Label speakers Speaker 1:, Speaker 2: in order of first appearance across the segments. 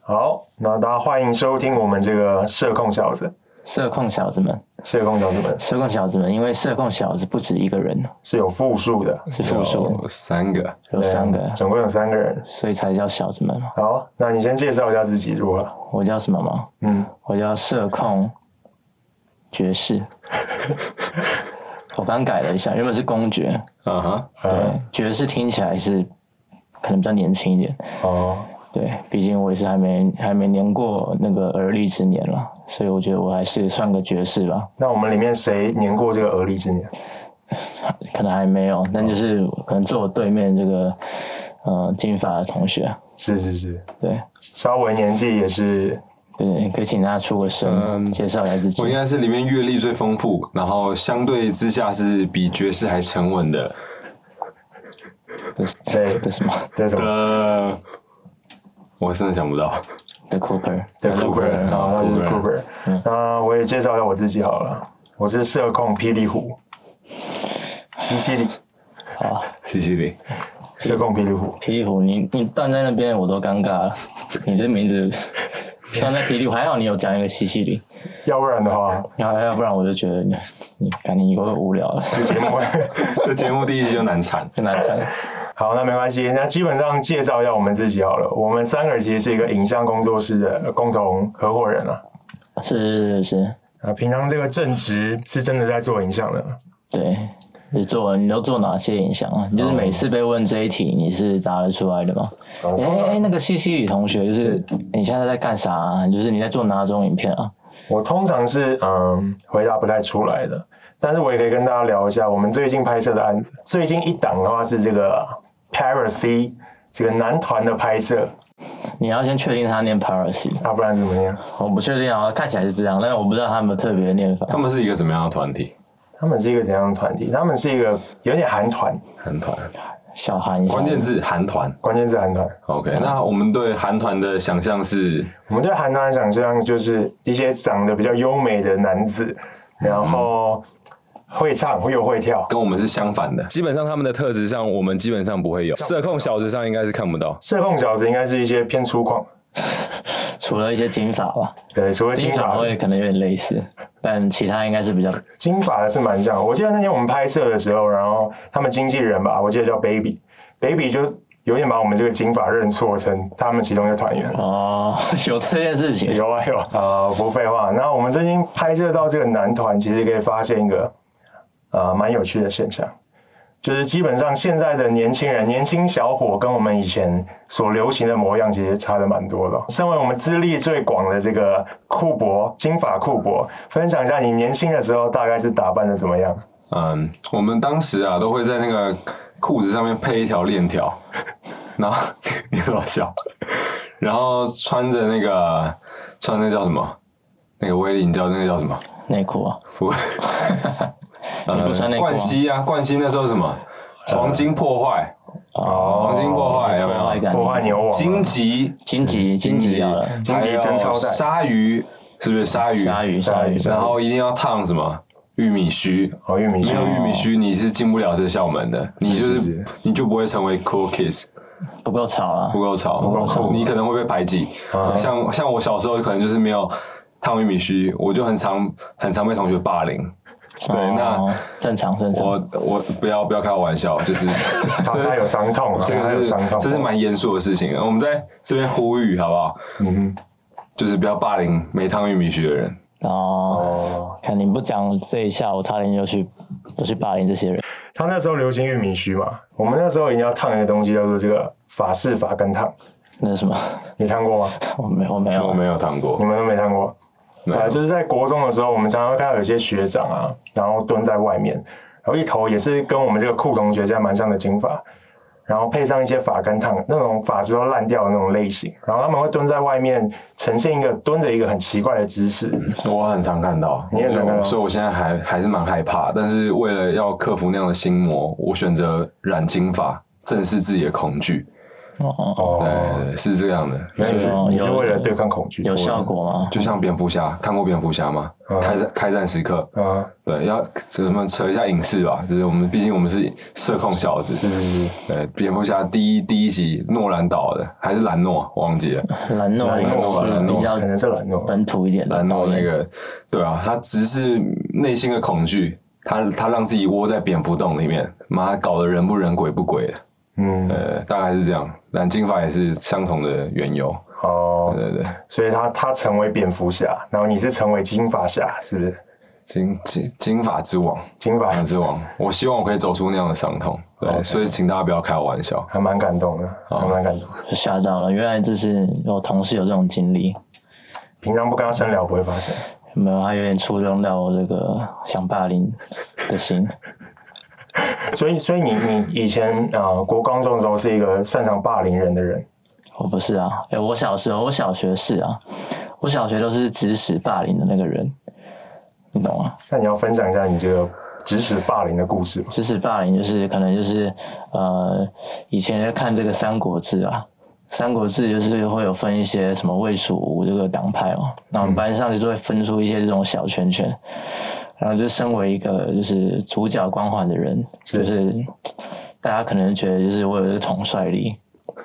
Speaker 1: 好，那大家欢迎收听我们这个社控小子，
Speaker 2: 社控小子们，
Speaker 1: 社控小子们
Speaker 2: 社控小子们，因为社控小子不止一个人，
Speaker 1: 是有复数的，
Speaker 2: 是啊复数，
Speaker 3: 有哦三个，
Speaker 2: 有三个
Speaker 1: 对，总共有三个人。
Speaker 2: 所以才叫小子们嘛。
Speaker 1: 好，那你先介绍一下自己如何？
Speaker 2: 我叫什么吗？
Speaker 1: 嗯，
Speaker 2: 我叫社控爵士。我刚改了一下，原本是公爵，
Speaker 3: 啊哈，
Speaker 2: 对，爵士听起来是可能比较年轻一点，
Speaker 1: 哦，
Speaker 2: 对，毕竟我也是还没还没年过那个而立之年了，所以我觉得我还是算个爵士吧，
Speaker 1: 那我们里面谁年过这个而立之年？
Speaker 2: 可能还没有，但就是可能坐我对面这个呃金发的同学，
Speaker 1: 是是是，
Speaker 2: 对
Speaker 1: 稍微年纪也是
Speaker 2: 对，可以请他出个声，
Speaker 3: 嗯
Speaker 2: 介绍一下自己
Speaker 3: 我应。该是里面阅历最丰富，然后相对之下是比爵士还沉稳的
Speaker 2: 的
Speaker 1: 对啊
Speaker 2: 的什么
Speaker 1: 这种
Speaker 3: 的。呃我真的想不到，
Speaker 2: 的 Cooper，
Speaker 1: 对 Cooper，
Speaker 3: Cooper，
Speaker 1: 然后他就是 Cooper 嗯
Speaker 3: Cooper。
Speaker 1: 那我也介绍一下我自己好了，我是社控霹雳虎，西西里
Speaker 2: 好，
Speaker 3: 西西里，
Speaker 1: 社控霹雳虎。
Speaker 2: 霹雳虎，你你站在那边我都尴尬 了，你这名字放在霹雳虎，还好你有讲一个西西里，
Speaker 1: 要不然的话，
Speaker 2: 要要不然我就觉得你你赶紧以后无聊了，
Speaker 1: 这节目
Speaker 3: 这节目第一集就难产，
Speaker 2: 就难 讲。
Speaker 1: 好，那没关系。那基本上介绍一下我们自己好了。我们三个人其实是一个影像工作室的共同合伙人啊。
Speaker 2: 是是是，
Speaker 1: 啊，平常这个正职是真的在做影像的，
Speaker 2: 对，你做你都做哪些影响啊？你就是每次被问这一题，你是答得出来的吗？哎、
Speaker 3: 哦
Speaker 1: 通
Speaker 2: 哎、
Speaker 1: 常
Speaker 2: 那个西西里同学，就是你现在在干啥、啊？就是你在做哪种影片啊？
Speaker 1: 我通常是嗯回答不太出来的，但是我也可以跟大家聊一下我们最近拍摄的案子。最近一档的话是这个 Piracy 这个男团的拍摄，
Speaker 2: 你要先确定他念 Piracy，
Speaker 1: 啊，不然怎么样？
Speaker 2: 我不确定啊，看起来是这样，但是我不知道他有没有特别的念法。
Speaker 3: 他们是一个怎么样的团体？
Speaker 1: 他们是一个怎样的团体？他们是一个有点韩团，
Speaker 3: 韩团，
Speaker 2: 小韩一下，
Speaker 3: 关键字韩团。
Speaker 1: 关键是韩团。
Speaker 3: OK，那我们对韩团的想象是，
Speaker 1: 我们对韩团的想象就是一些长得比较优美的男子，然后会唱又会跳，
Speaker 3: 跟我们是相反的。基本上他们的特质上，我们基本上不会有。社控小子上应该是看不到。
Speaker 1: 社控小子应该是一些偏粗犷，
Speaker 2: 除了一些金发吧，
Speaker 1: 对，除了金
Speaker 2: 金发
Speaker 1: 发，
Speaker 2: 会可能有点类似，但其他应该是比较
Speaker 1: 金发的是蛮像。我记得那天我们拍摄的时候，然后他们经纪人吧，我记得叫 Baby，Baby 就有点把我们这个金发认错成他们其中一个团员。
Speaker 2: 哦， 有这件事情。
Speaker 1: 有啊有啊，呃，不废话。那我们最近拍摄到这个男团，其实可以发现一个呃蛮有趣的现象，就是基本上现在的年轻人、年轻小伙跟我们以前所流行的模样，其实差的蛮多的。身为我们资历最广的这个库博金发库博，分享一下你年轻的时候大概是打扮的怎么样？
Speaker 3: 嗯，我们当时啊都会在那个裤子上面配一条链条， 然后 你老笑，然后穿着那个穿那叫什么？那个威力，你知道那个叫什么？
Speaker 2: 内裤啊，
Speaker 3: 不，
Speaker 2: 你不穿内裤啊呃
Speaker 3: 呃冠希啊，冠希那时候什么？黄金破坏，
Speaker 2: 哦
Speaker 3: 啊黄金破坏有没
Speaker 2: 破坏
Speaker 3: 有？
Speaker 2: 感，
Speaker 1: 破坏牛网啊，
Speaker 3: 荆嗯棘，
Speaker 2: 荆棘，荆棘好了，
Speaker 1: 荆棘真超
Speaker 3: 还有
Speaker 1: 带
Speaker 3: 鲨鱼，是不是嗯鲨鱼？
Speaker 2: 鲨鱼，鲨鱼，
Speaker 3: 然后一定要烫什么玉米须，
Speaker 1: 哦，玉米须
Speaker 3: 没有玉米须，你是进不了这校门的，你就是
Speaker 1: 是是
Speaker 3: 你就不会成为 cool kids，
Speaker 2: 不够吵啊
Speaker 3: 不，够潮，不
Speaker 1: 够啊酷
Speaker 3: 你可能会被排挤。像像我小时候可能就是没有烫玉米须，我就很常很常被同学霸凌。对，
Speaker 2: 哦
Speaker 3: 那
Speaker 2: 正常正常。
Speaker 3: 我我不要不要开我玩笑，就是
Speaker 1: 他他有伤痛啊，
Speaker 3: 这
Speaker 1: 他有
Speaker 3: 个是
Speaker 1: 伤痛，
Speaker 3: 这是蛮严肃的事情。啊我们在这边呼吁好不好？嗯就是不要霸凌没烫玉米须的人。
Speaker 2: 哦，
Speaker 1: 哦。
Speaker 2: 看你不讲这一下，我差点就去就去霸凌这些人。
Speaker 1: 他那时候流行玉米须嘛，我们那时候一定要烫一个东西叫做这个法式发根烫，
Speaker 2: 那是什么？
Speaker 1: 你烫过吗？
Speaker 2: 我没我没
Speaker 3: 我
Speaker 2: 有，啊
Speaker 3: 没有烫
Speaker 1: 你
Speaker 3: 过，
Speaker 1: 们都没烫过。
Speaker 3: 没有
Speaker 1: 啊，就是在国中的时候，我们常常看到有些学长啊，然后蹲在外面，然后一头也是跟我们这个酷同学现在蛮像的金发，然后配上一些发根烫，那种发质都烂掉的那种类型，然后他们会蹲在外面，呈现一个蹲着一个很奇怪的姿势，
Speaker 3: 我很常看到，
Speaker 1: 你也常看到
Speaker 3: 所以我现在还还是蛮害怕。但是为了要克服那样的心魔，我选择染金发，正视自己的恐惧。
Speaker 2: 哦，
Speaker 1: 哦，
Speaker 3: 对，哦是这样的。
Speaker 1: 原来是
Speaker 2: 有
Speaker 1: 你是
Speaker 2: 有
Speaker 1: 为了对抗恐惧，
Speaker 2: 有效果吗？
Speaker 3: 就像蝙蝠侠，看过蝙蝠侠吗？
Speaker 1: 嗯
Speaker 3: 开战开战时刻，
Speaker 1: 啊，
Speaker 3: 对，要怎么扯一下影视吧？就是我们毕竟我们是社控小子，
Speaker 1: 是是是，
Speaker 3: 对，蝙蝠侠第一第一集诺兰导的，还是兰诺，忘记了。
Speaker 2: 兰诺
Speaker 1: 兰诺吧
Speaker 2: 是
Speaker 3: 兰诺
Speaker 2: 比较
Speaker 1: 可能是兰诺
Speaker 2: 本土一点的
Speaker 3: 兰诺
Speaker 2: 导
Speaker 3: 那
Speaker 2: 演，
Speaker 3: 个，对啊，他只是内心的恐惧，他他让自己窝在蝙蝠洞里面，妈搞得人不人鬼不鬼的，
Speaker 1: 嗯，
Speaker 3: 呃，大概是这样。蓝金发也是相同的缘由，
Speaker 1: 哦，
Speaker 3: 对对对，
Speaker 1: 所以他他成为蝙蝠侠，然后你是成为金发侠，是不是？
Speaker 3: 金金金发之王，
Speaker 1: 金发
Speaker 3: 金发
Speaker 1: 侠
Speaker 3: 之王，我希望我可以走出那样的伤痛，对所以请大家不要开我玩笑。
Speaker 1: 还蛮感动的，
Speaker 2: 哦
Speaker 1: 还蛮感动。
Speaker 2: 就吓到了。原来这是我同事有这种经历，
Speaker 1: 平常不跟他深聊不会发现，
Speaker 2: 没有，他有点触动到我这个想霸凌的心。
Speaker 1: 所以所以你你以前呃国高中的时候是一个擅长霸凌人的人，
Speaker 2: 我不是啊，哎、我小时候，我小学是啊，我小学都是指使霸凌的那个人，你懂吗？
Speaker 1: 那你要分享一下你这个指使霸凌的故事吗？
Speaker 2: 指使霸凌就是可能就是呃，以前在看这个《三国志》啊，《三国志》就是会有分一些什么魏、蜀、吴这个党派嘛，那我们班上就是会分出一些这种小圈圈，然后就身为一个就是主角光环的人，就是大家可能觉得就是我有一个统帅力。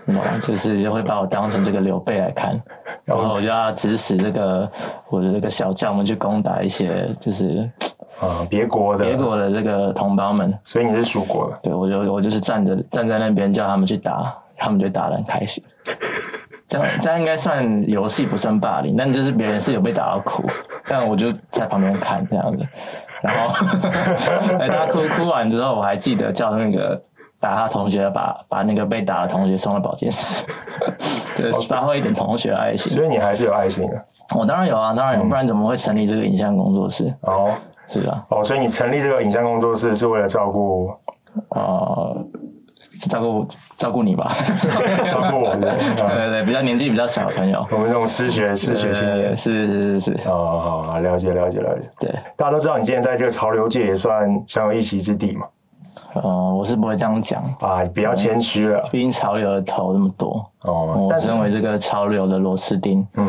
Speaker 2: 你懂吗？就是就会把我当成这个刘备来看，然后我就要指使这个我的这个小将们去攻打一些就是
Speaker 1: 啊，别国的，
Speaker 2: 别国的这个同胞们，
Speaker 1: 所以你是蜀国的，
Speaker 2: 对我就我就是站着站在那边叫他们去打，他们就打得很开心。这样这样应该算游戏不算霸凌，但就是别人是有被打到哭，但我就在旁边看这样子，然后哎他哭哭完之后，我还记得叫那个打他同学把把那个被打的同学送到保健室，就是发挥一点同学爱心。
Speaker 1: 所以你还是有爱心的。
Speaker 2: 我当然有啊，当然有，不然怎么会成立这个影像工作室？
Speaker 1: 哦
Speaker 2: 是啊吧？
Speaker 1: 哦，所以你成立这个影像工作室是为了照顾
Speaker 2: 呃，照顾照顾你吧，
Speaker 1: 照顾我们、
Speaker 2: 对
Speaker 1: 啊
Speaker 2: 对对，比较年纪比较小的朋友，
Speaker 1: 我们这种失学失 学青年
Speaker 2: 呃是是是是，
Speaker 1: 啊，了解了解了解。
Speaker 2: 对，
Speaker 1: 大家都知道你现在在这个潮流界也算享有一席之地嘛，
Speaker 2: 呃，我是不会这样讲，
Speaker 1: 啊，比较谦虚了
Speaker 2: 毕竟潮流的头那么多，
Speaker 1: 哦。
Speaker 2: 我
Speaker 1: 但是
Speaker 2: 身为这个潮流的螺丝钉，
Speaker 1: 嗯，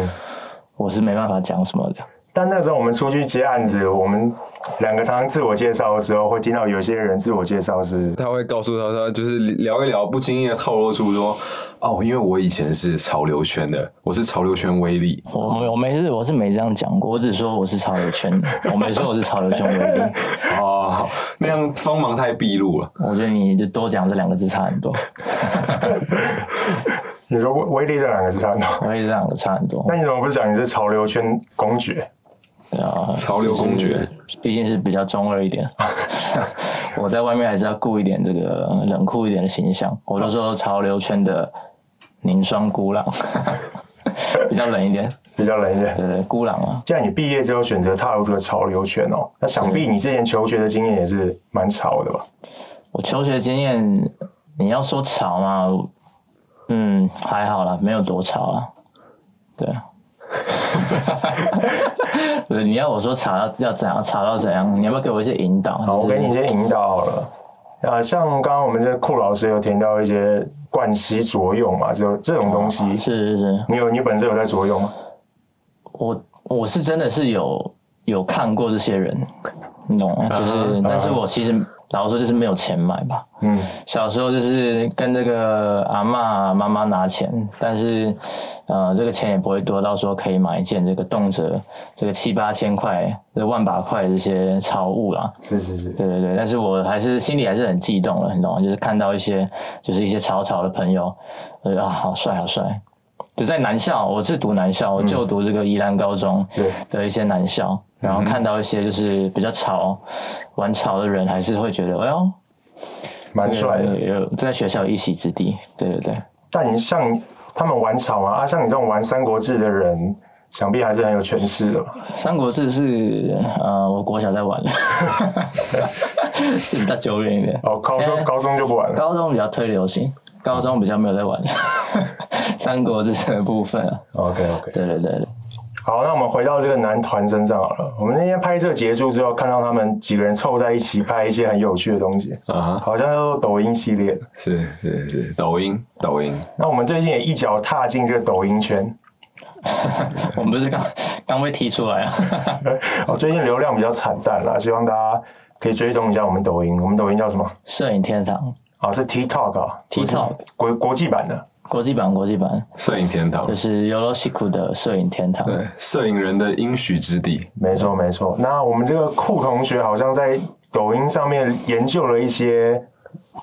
Speaker 2: 我是没办法讲什么的。
Speaker 1: 但那时候我们出去接案子，我们两个常常自我介绍的时候，会听到有些人自我介绍是
Speaker 3: 他会告诉他，他就是聊一聊，不经意的透露出说，哦，因为我以前是潮流圈的，我是潮流圈威力，
Speaker 2: 我我没事，我是没这样讲过，我只说我是潮流圈， 我没说我是潮流圈威力。
Speaker 3: 哦，那样锋芒太毕露了。
Speaker 2: 我觉得你就多讲这两个字差很 多，
Speaker 1: 你说威威力这两个字差吗？
Speaker 2: 我也这两个差很多。
Speaker 1: 那你怎么不讲你是潮流圈公爵？
Speaker 2: 对啊，
Speaker 3: 潮流公爵
Speaker 2: 就是毕竟是比较中二一点。我在外面还是要顾一点这个冷酷一点的形象。我都说潮流圈的凝霜孤狼， 比较冷一点，
Speaker 1: 比较冷一点。
Speaker 2: 对对，孤狼啊。
Speaker 1: 既然你毕业之后选择踏入这个潮流圈哦，那想必你之前求学的经验也是蛮潮的吧？
Speaker 2: 我求学经验，你要说潮嘛，嗯，还好啦，没有多潮啦。对啊。不是你要我说潮要要怎样潮到怎样？你要不要给我一些引导？
Speaker 1: 好，我
Speaker 2: 就是
Speaker 1: 给你一些引导好了。啊，像刚刚我们这库老师有提到一些惯习着用嘛，就这种东西，
Speaker 2: 是是是，
Speaker 1: 你有你本身有在着用吗？
Speaker 2: 我我是真的是有有看过这些人，你懂吗？就是，但是我其实老实说，就是没有钱买吧。
Speaker 1: 嗯，
Speaker 2: 小时候就是跟这个阿嬷妈妈拿钱，但是呃，这个钱也不会多到说可以买一件这个动辄这个七八千块、这万把块的这些潮物啦。
Speaker 1: 是是是，
Speaker 2: 对对对，但是我还是心里还是很悸动了，你懂吗？就是看到一些就是一些潮潮的朋友，我就啊，好帅好帅。就在南校，我是读南校，我就读这个宜兰高中
Speaker 1: 是
Speaker 2: 的一些南校，然后看到一些就是比较潮、玩潮的人，还是会觉得，哎呦，
Speaker 1: 蛮帅的。
Speaker 2: 有有在学校有一席之地。对对对，
Speaker 1: 但你像他们玩草啊，啊，像你这种玩《三国志》的人，想必还是很有权势的吧？
Speaker 2: 《三国志》是呃，我国小在玩， 是比较久远一点。
Speaker 1: 哦，高
Speaker 2: 现
Speaker 1: 中
Speaker 2: 在
Speaker 1: 高中就不玩了。
Speaker 2: 高中比较推流行，高 中比较没有在玩《三国志》的部分啊。
Speaker 1: OK OK，
Speaker 2: 对对对对，
Speaker 1: 好，那我们回到这个男团身上好了。我们那天拍摄结束之后，看到他们几个人凑在一起拍一些很有趣的东西，
Speaker 3: 啊哈，
Speaker 1: 好像都是抖音系列的。
Speaker 3: 是是是，抖音抖音，
Speaker 1: 那我们最近也一脚踏进这个抖音圈，
Speaker 2: 我们不是刚刚被踢出来啊？
Speaker 1: 哦，最近流量比较惨淡啦，希望大家可以追踪一下我们抖音。我们抖音叫什么？
Speaker 2: 摄影天堂
Speaker 1: 啊，是 TikTok 啊
Speaker 2: TikTok
Speaker 1: 国国际版的。
Speaker 2: 国际版，国际版
Speaker 3: 摄影天堂
Speaker 2: 就，是 Yoroshiku 的摄影天堂。
Speaker 3: 对，摄影人的应许之地，
Speaker 1: 没错，没错。那我们这个酷同学好像在抖音上面研究了一些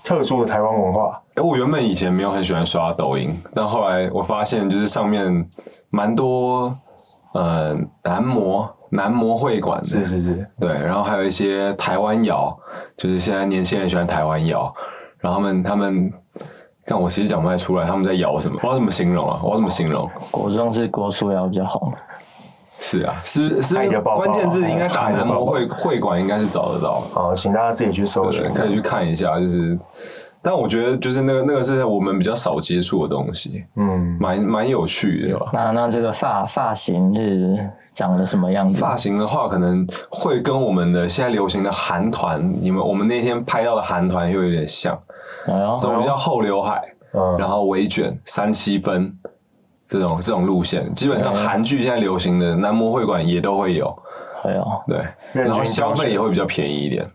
Speaker 1: 特殊的台湾文化。
Speaker 3: 哎、我原本以前没有很喜欢刷抖音，但后来我发现，就是上面蛮多呃男模男模会馆的，
Speaker 1: 是是是，
Speaker 3: 对，然后还有一些台湾摇，就是现在年轻人喜欢台湾摇，然后他们他们，看我其实讲不太出来他们在摇什么，我要怎么形容啊？我要怎么形容？
Speaker 2: 国中是郭书瑶比较红，
Speaker 3: 是啊，是是
Speaker 1: 嗨的抱抱
Speaker 3: 关键字应该打
Speaker 1: 嗨的
Speaker 3: 男模
Speaker 1: 抱抱
Speaker 3: 会会馆应该是找得到的。
Speaker 1: 好，哦请大家自己去搜寻
Speaker 3: 对，。可以去看一下，就是，但我觉得就是那个那个是我们比较少接触的东西，
Speaker 1: 嗯，啊
Speaker 3: 蛮蛮有趣的吧。
Speaker 2: 那那这个发发型是长得什么样子？
Speaker 3: 发型的话，可能会跟我们的现在流行的韩团，你们我们那天拍到的韩团又有点像，
Speaker 1: 哦
Speaker 2: 然后
Speaker 3: 走比较后刘海，
Speaker 1: 嗯
Speaker 3: 然后微卷三七分这种这种路线，基本
Speaker 1: 哦
Speaker 3: 上韩剧现在流行的男模会馆也都会有，
Speaker 2: 还有
Speaker 3: 对，
Speaker 1: 认真
Speaker 3: 然后消
Speaker 1: 挑选
Speaker 3: 费也会比较便宜一点，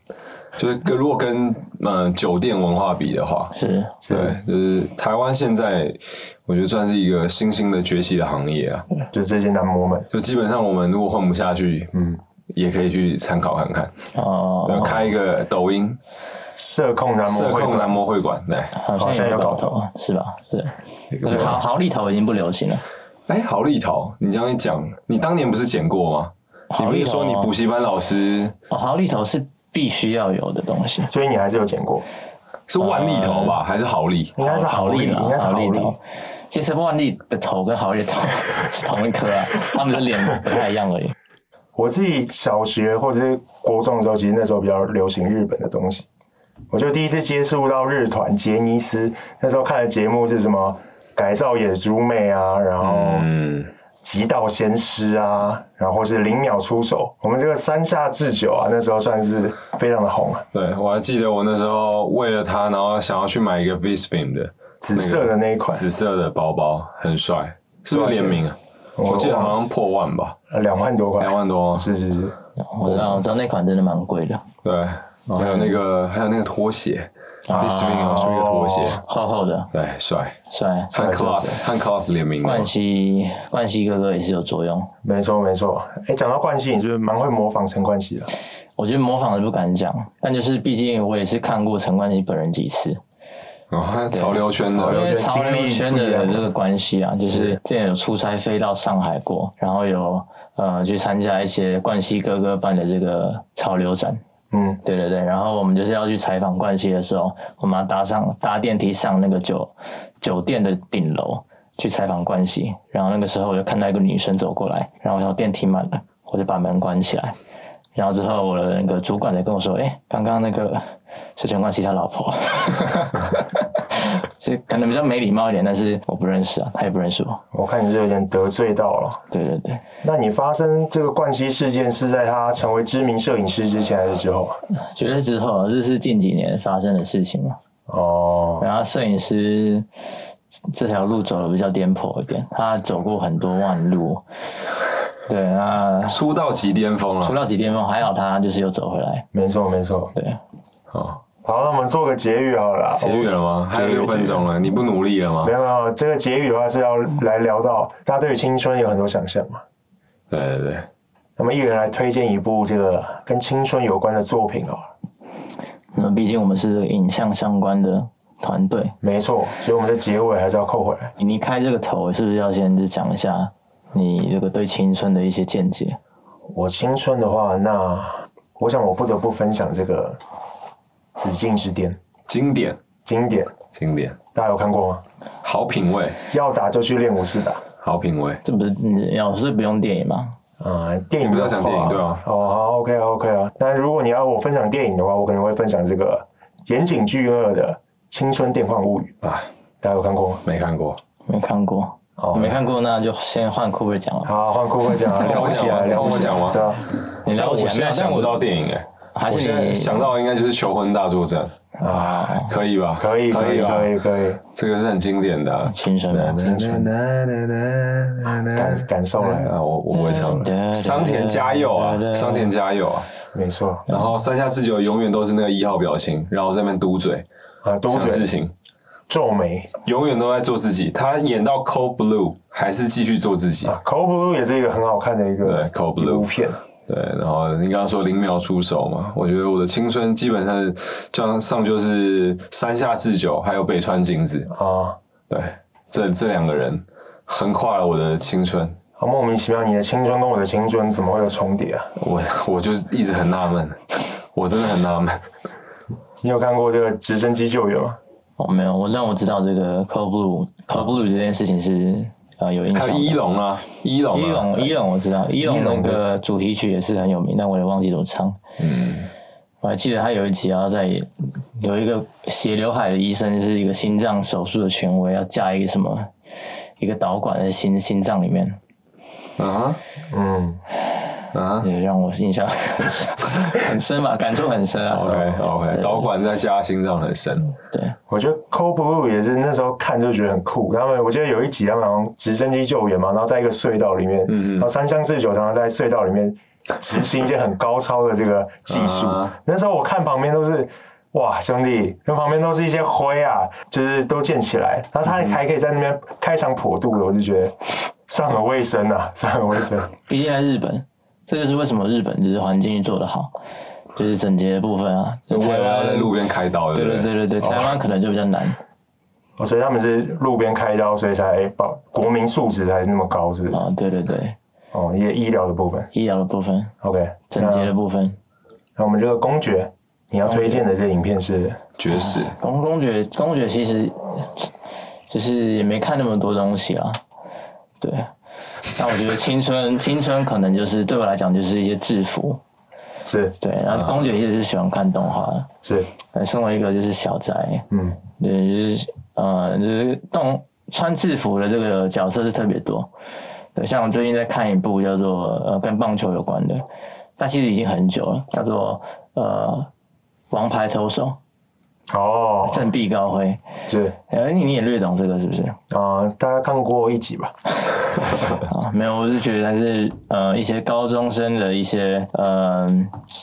Speaker 3: 就是跟如果跟呃酒店文化比的话，
Speaker 2: 是
Speaker 3: 对，就是台湾现在，我觉得算是一个新兴的崛起的行业啊。
Speaker 1: 就这些男模们，
Speaker 3: 就基本上我们如果混不下去，
Speaker 1: 嗯
Speaker 3: 嗯，也可以去参考看看。
Speaker 2: 哦、
Speaker 3: 对，开一个抖音
Speaker 1: 社控男模
Speaker 3: 社
Speaker 1: 会
Speaker 3: 控男
Speaker 1: 馆，
Speaker 3: 模会馆，对。
Speaker 2: 好像有搞头是吧？是，就是好好利头已经不流行了。
Speaker 3: 哎，好立陶，你这样一讲，你当年不是剪过吗？你
Speaker 2: 好
Speaker 3: 不
Speaker 2: 利
Speaker 3: 是
Speaker 2: 头
Speaker 3: 说你补习班老师
Speaker 2: 哦，好利头是必须要有的东西。
Speaker 1: 所以你还是有剪过，
Speaker 3: 是万利头啊吧，还是好利？
Speaker 1: 应该是好利，
Speaker 2: 啦
Speaker 1: 应该是
Speaker 2: 好
Speaker 1: 好利。
Speaker 2: 哦头。其实万利的头跟好利的头 是同一颗 啊，他们的脸不太一样而已。
Speaker 1: 我自己小学或者是国中的时候，其实那时候比较流行日本的东西。我就第一次接触到日团杰尼斯，那时候看的节目是什么《改造野猪妹》啊，然后《
Speaker 3: 嗯，
Speaker 1: 极道先师》啊，然后是《零秒出手》。我们这个山下智久啊，那时候算是非常的红啊，
Speaker 3: 对，我还记得我那时候为了他，然后想要去买一个 Visfim 的
Speaker 1: 紫色的那一款，
Speaker 3: 紫色的包包，很帅，是不是联名啊？我记得好像破万吧，
Speaker 1: 呃两万多块，
Speaker 3: 两万多。
Speaker 1: 是是是，
Speaker 2: 我知道，
Speaker 1: 哦
Speaker 2: 我知道那款真的蛮贵的，
Speaker 3: 对，哦还有那个还有那个拖鞋 v i s p i n 有出一个拖鞋，
Speaker 2: 厚厚的，
Speaker 3: 对，帅，
Speaker 2: 哦帅。
Speaker 3: 和 Cloth 和 Cloth 联名的哦
Speaker 2: 冠，希冠希哥哥也是有作用。
Speaker 1: 没错没错。哎，讲到冠希，你是不是蛮会模仿陈冠希的？
Speaker 2: 我觉得模仿的不敢讲，但就是毕竟我也是看过陈冠希本人几次，
Speaker 3: 然后潮流圈
Speaker 1: 潮
Speaker 2: 因
Speaker 1: 流
Speaker 3: 的
Speaker 2: 为
Speaker 1: 圈
Speaker 2: 潮流圈的人这个关系啊，就是
Speaker 3: 是
Speaker 2: 之前有出差飞到上海过，然后有呃去参加一些冠希哥哥办的这个潮流展，
Speaker 1: 嗯，
Speaker 2: 对对对，然后我们就是要去采访冠希的时候，我们要搭上搭电梯上那个酒酒店的顶楼去采访冠希，然后那个时候我就看到一个女生走过来，然后我想电梯满了，我就把门关起来，然后之后我的那个主管才跟我说，哎，刚刚那个是陈冠希他老婆， 就可能比较没礼貌一点，但是我不认识啊，他也不认识我，
Speaker 1: 我看你是有点得罪到了。
Speaker 2: 对对对，
Speaker 1: 那你发生这个冠希事件是在他成为知名摄影师之前还是之后啊？
Speaker 2: 觉得之后啊这是近几年发生的事情嘛。
Speaker 1: 哦，
Speaker 2: 然后摄影师这条路走的比较颠簸一点，他走过很多弯路。对，那
Speaker 3: 出道即巅峰
Speaker 2: 除
Speaker 3: 了
Speaker 2: 了几巅峰，还好他就是又走回来。
Speaker 1: 没错没错。
Speaker 2: 对，
Speaker 3: 啊，
Speaker 1: 好，那我们做个结语好了啦。
Speaker 3: 结语了啊吗？还有六分钟了，你不努力了吗
Speaker 1: 没？有没有，这个结语的话是要来聊到大家对于青春有很多想象嘛。
Speaker 3: 对对对，
Speaker 1: 那么一人来推荐一部这个跟青春有关的作品哦。
Speaker 2: 那么毕竟我们是影像相关的团队，
Speaker 1: 没错，所以我们的结尾还是要扣回来。
Speaker 2: 你开这个头是不是要先就讲一下你这个对青春的一些见解？
Speaker 1: 我青春的话，那我想我不得不分享这个《紫禁之巅》
Speaker 3: 经典
Speaker 1: 经典，
Speaker 3: 经典，
Speaker 1: 大家有看过吗？
Speaker 3: 好品味，
Speaker 1: 要打就去练武士打。
Speaker 3: 好品味。
Speaker 2: 这不是你要是不用电影吗？
Speaker 1: 啊，电影
Speaker 3: 你不
Speaker 1: 的
Speaker 3: 是
Speaker 1: 话
Speaker 3: 要讲电影对吧
Speaker 1: 哦，好，OK 啊 OK 啊。但如果你要我分享电影的话，我可能会分享这个岩井俊二的《青春电幻物语》，
Speaker 3: 啊，
Speaker 1: 大家有看过吗？
Speaker 3: 没看过，
Speaker 2: 没看过，
Speaker 1: 哦，
Speaker 2: 没看过那就先换 Cooper 讲了，
Speaker 1: 好，换顾客讲啊，
Speaker 3: 换
Speaker 1: 了
Speaker 3: 我
Speaker 1: 不起
Speaker 3: 讲
Speaker 1: 啊，
Speaker 3: 吗
Speaker 1: 了
Speaker 3: 换
Speaker 1: 不
Speaker 3: 我
Speaker 1: 起
Speaker 3: 讲
Speaker 1: 啊，
Speaker 3: 吗
Speaker 1: 对啊，
Speaker 2: 你
Speaker 3: 但
Speaker 2: 聊
Speaker 3: 我
Speaker 2: 起来
Speaker 3: 现在想不到，
Speaker 2: 没有
Speaker 3: 电影哎，
Speaker 2: 但我还
Speaker 3: 我现
Speaker 2: 是
Speaker 3: 在
Speaker 2: 你
Speaker 3: 想到应该就是《求婚大作战》
Speaker 2: 啊，
Speaker 3: 可以吧？
Speaker 1: 可以，可以，
Speaker 3: 吧
Speaker 1: 可以，可以，
Speaker 3: 这个是很经典的啊。
Speaker 2: 青春吧。
Speaker 3: 青春
Speaker 1: 感感受来了，
Speaker 3: 啊，我我不会唱了。桑田佳佑啊，桑田佳佑啊，
Speaker 1: 没错
Speaker 3: 然后山下智久永远都是那个一号表情，然后在那边嘟嘴
Speaker 1: 啊，多
Speaker 3: 想事
Speaker 1: 嘴
Speaker 3: 情，
Speaker 1: 皱眉
Speaker 3: 永远都在做自己。他演到 Cold Blue 还是继续做自己，
Speaker 1: 啊，Cold Blue 也是一个很好看的一个
Speaker 3: 对，Cold
Speaker 1: 一
Speaker 3: Blue
Speaker 1: 部片，
Speaker 3: 对，然后你刚刚说零秒出手嘛，我觉得我的青春基本上像上就是山下智久还有北川景子，
Speaker 1: 啊，
Speaker 3: 对，这这两个人横跨了我的青春，
Speaker 1: 啊莫名其妙，你的青春跟我的青春怎么会有重叠啊？
Speaker 3: 我我就一直很纳闷，我真的很纳闷。
Speaker 1: 你有看过这个直升机救援吗？
Speaker 2: 我哦没有，我让我知道这个 Cold Blue Cold Blue 这件事情是呃有印
Speaker 3: 还
Speaker 2: 象
Speaker 3: 有
Speaker 2: 的。
Speaker 3: 伊隆啊，伊隆
Speaker 2: 伊
Speaker 3: 啊，
Speaker 2: 隆，伊隆我知道，伊隆那个主题曲也是很有名，但我也忘记怎么唱。嗯，我还记得他有一集要在有一个斜刘海的医生是一个心脏手术的权威，要架一个什么一个导管在心心脏里面，
Speaker 3: 啊
Speaker 1: 嗯，
Speaker 3: 哈啊
Speaker 2: 也让我印象很深 很深吧，感触很深啊。
Speaker 3: ，OK OK，导管在加心脏很深，
Speaker 2: 对，
Speaker 1: 我觉得 Cold Blue 也是那时候看就觉得很酷。他们我记得有一集他们好像直升机救援嘛，然后在一个隧道里面，然后三乡四九常常在隧道里面执行一些很高超的这个技术。
Speaker 3: 啊
Speaker 1: 那时候我看旁边都是。哇，兄弟，那旁边都是一些灰啊，就是都溅起来，然后他还可以在那边开肠破肚的，我就觉得算很卫生啊， 算很卫生。
Speaker 2: 毕竟在日本，这就是为什么日本就是环境做得好，就是整洁的部分啊。就
Speaker 3: 我
Speaker 2: 台
Speaker 3: 也要在
Speaker 2: 湾，
Speaker 3: 路边开刀，对哦
Speaker 2: 对对
Speaker 3: 不
Speaker 2: 对对
Speaker 3: 对？
Speaker 2: 对，台湾可能就比较难。
Speaker 1: 哦所以他们是路边开刀，所以才把国民素质才那么高，是不是？
Speaker 2: 啊，对对对，
Speaker 1: 哦，也医疗的部分
Speaker 2: 医疗的部分，
Speaker 1: ，OK，
Speaker 2: 整洁的部分。
Speaker 1: 那我们这个公爵，你要推荐的这影片是
Speaker 3: 绝世，
Speaker 2: 公公爵，公爵其实就是也没看那么多东西啊。对，那我觉得青春，青春可能就是对我来讲就是一些制服。
Speaker 1: 是
Speaker 2: 对，然
Speaker 3: 啊
Speaker 2: 后公爵其实是喜欢看动画的。
Speaker 1: 是
Speaker 2: 对，身为一个就是小宅，
Speaker 1: 嗯
Speaker 2: 对，就是呃，就是动穿制服的这个角色是特别多。对，像我最近在看一部叫做呃跟棒球有关的，但其实已经很久了，叫做呃《王牌投手》
Speaker 1: 哦
Speaker 2: 振臂高挥。
Speaker 1: 是
Speaker 2: 哎，你你也略懂这个是不是？
Speaker 1: 啊、呃大家看过一集吧？
Speaker 2: 啊，没有，我是觉得它是呃一些高中生的一些呃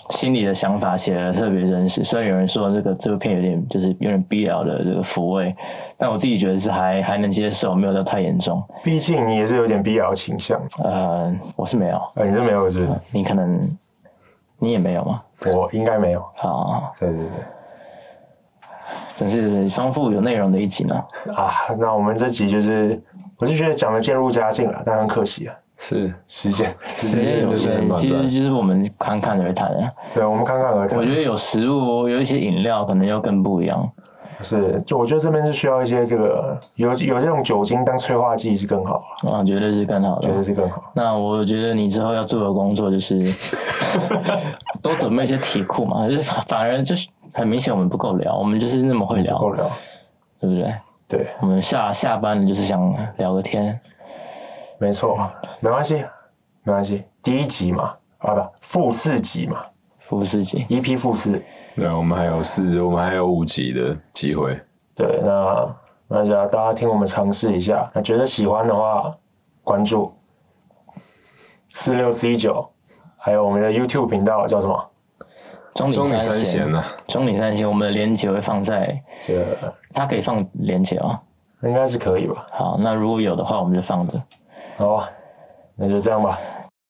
Speaker 2: 心理的想法写的特别真实。虽然有人说这个这部片有点就是有点 BL 的这个抚慰，但我自己觉得是还还能接受，没有到太严重。
Speaker 1: 毕竟你也是有点 BL 倾向，
Speaker 2: 呃，我是没有，
Speaker 1: 呃，你是没有是不
Speaker 2: 你可能你也没有嘛。
Speaker 1: 是？我应该没有。
Speaker 2: 啊，
Speaker 1: 对对对
Speaker 2: 真是丰富有内容的一集呢。
Speaker 1: 啊，那我们这集就是，我就觉得讲的渐入佳境了，但很可惜啊，
Speaker 3: 是
Speaker 1: 时间时
Speaker 2: 其
Speaker 1: 间
Speaker 2: 实
Speaker 1: 有
Speaker 2: 有
Speaker 1: 限。
Speaker 2: 些
Speaker 3: 很短
Speaker 2: 其实
Speaker 3: 暂
Speaker 2: 就是我们侃侃而谈啊。
Speaker 1: 对，我们看看而谈
Speaker 2: 我。觉得有食物，有一些饮料，可能又更不一样。
Speaker 1: 是，就我觉得这边是需要一些这个有有这种酒精当催化剂是更好了，
Speaker 2: 啊，绝对是更好的
Speaker 1: 绝。对是更好。
Speaker 2: 那我觉得你之后要做的工作就是多准备一些题库嘛，就是反而就是很明显我们不够聊，我们就是那么会聊，
Speaker 1: 够聊，
Speaker 2: 对不对？
Speaker 1: 对，
Speaker 2: 我们下下班了就是想聊个天，
Speaker 1: 没错，没关系，没关系。第一集嘛，啊不，负四集嘛
Speaker 2: 服务自己。
Speaker 1: ，EP 负四。
Speaker 3: 对，我们还有四，我们还有五集的机会。
Speaker 1: 对，那那就大家听我们尝试一下，那觉得喜欢的话，关注四六四一九，还有我们的 YouTube 频道叫什么？
Speaker 2: 中
Speaker 3: 中
Speaker 2: 里
Speaker 3: 里
Speaker 2: 三贤
Speaker 3: 三贤呢，
Speaker 2: 中里三贤，我们的连接会放在，
Speaker 1: 这
Speaker 2: 它可以放连接哦。
Speaker 1: 应该是可以吧？
Speaker 2: 好，那如果有的话，我们就放着。
Speaker 1: 好吧，那就这样吧，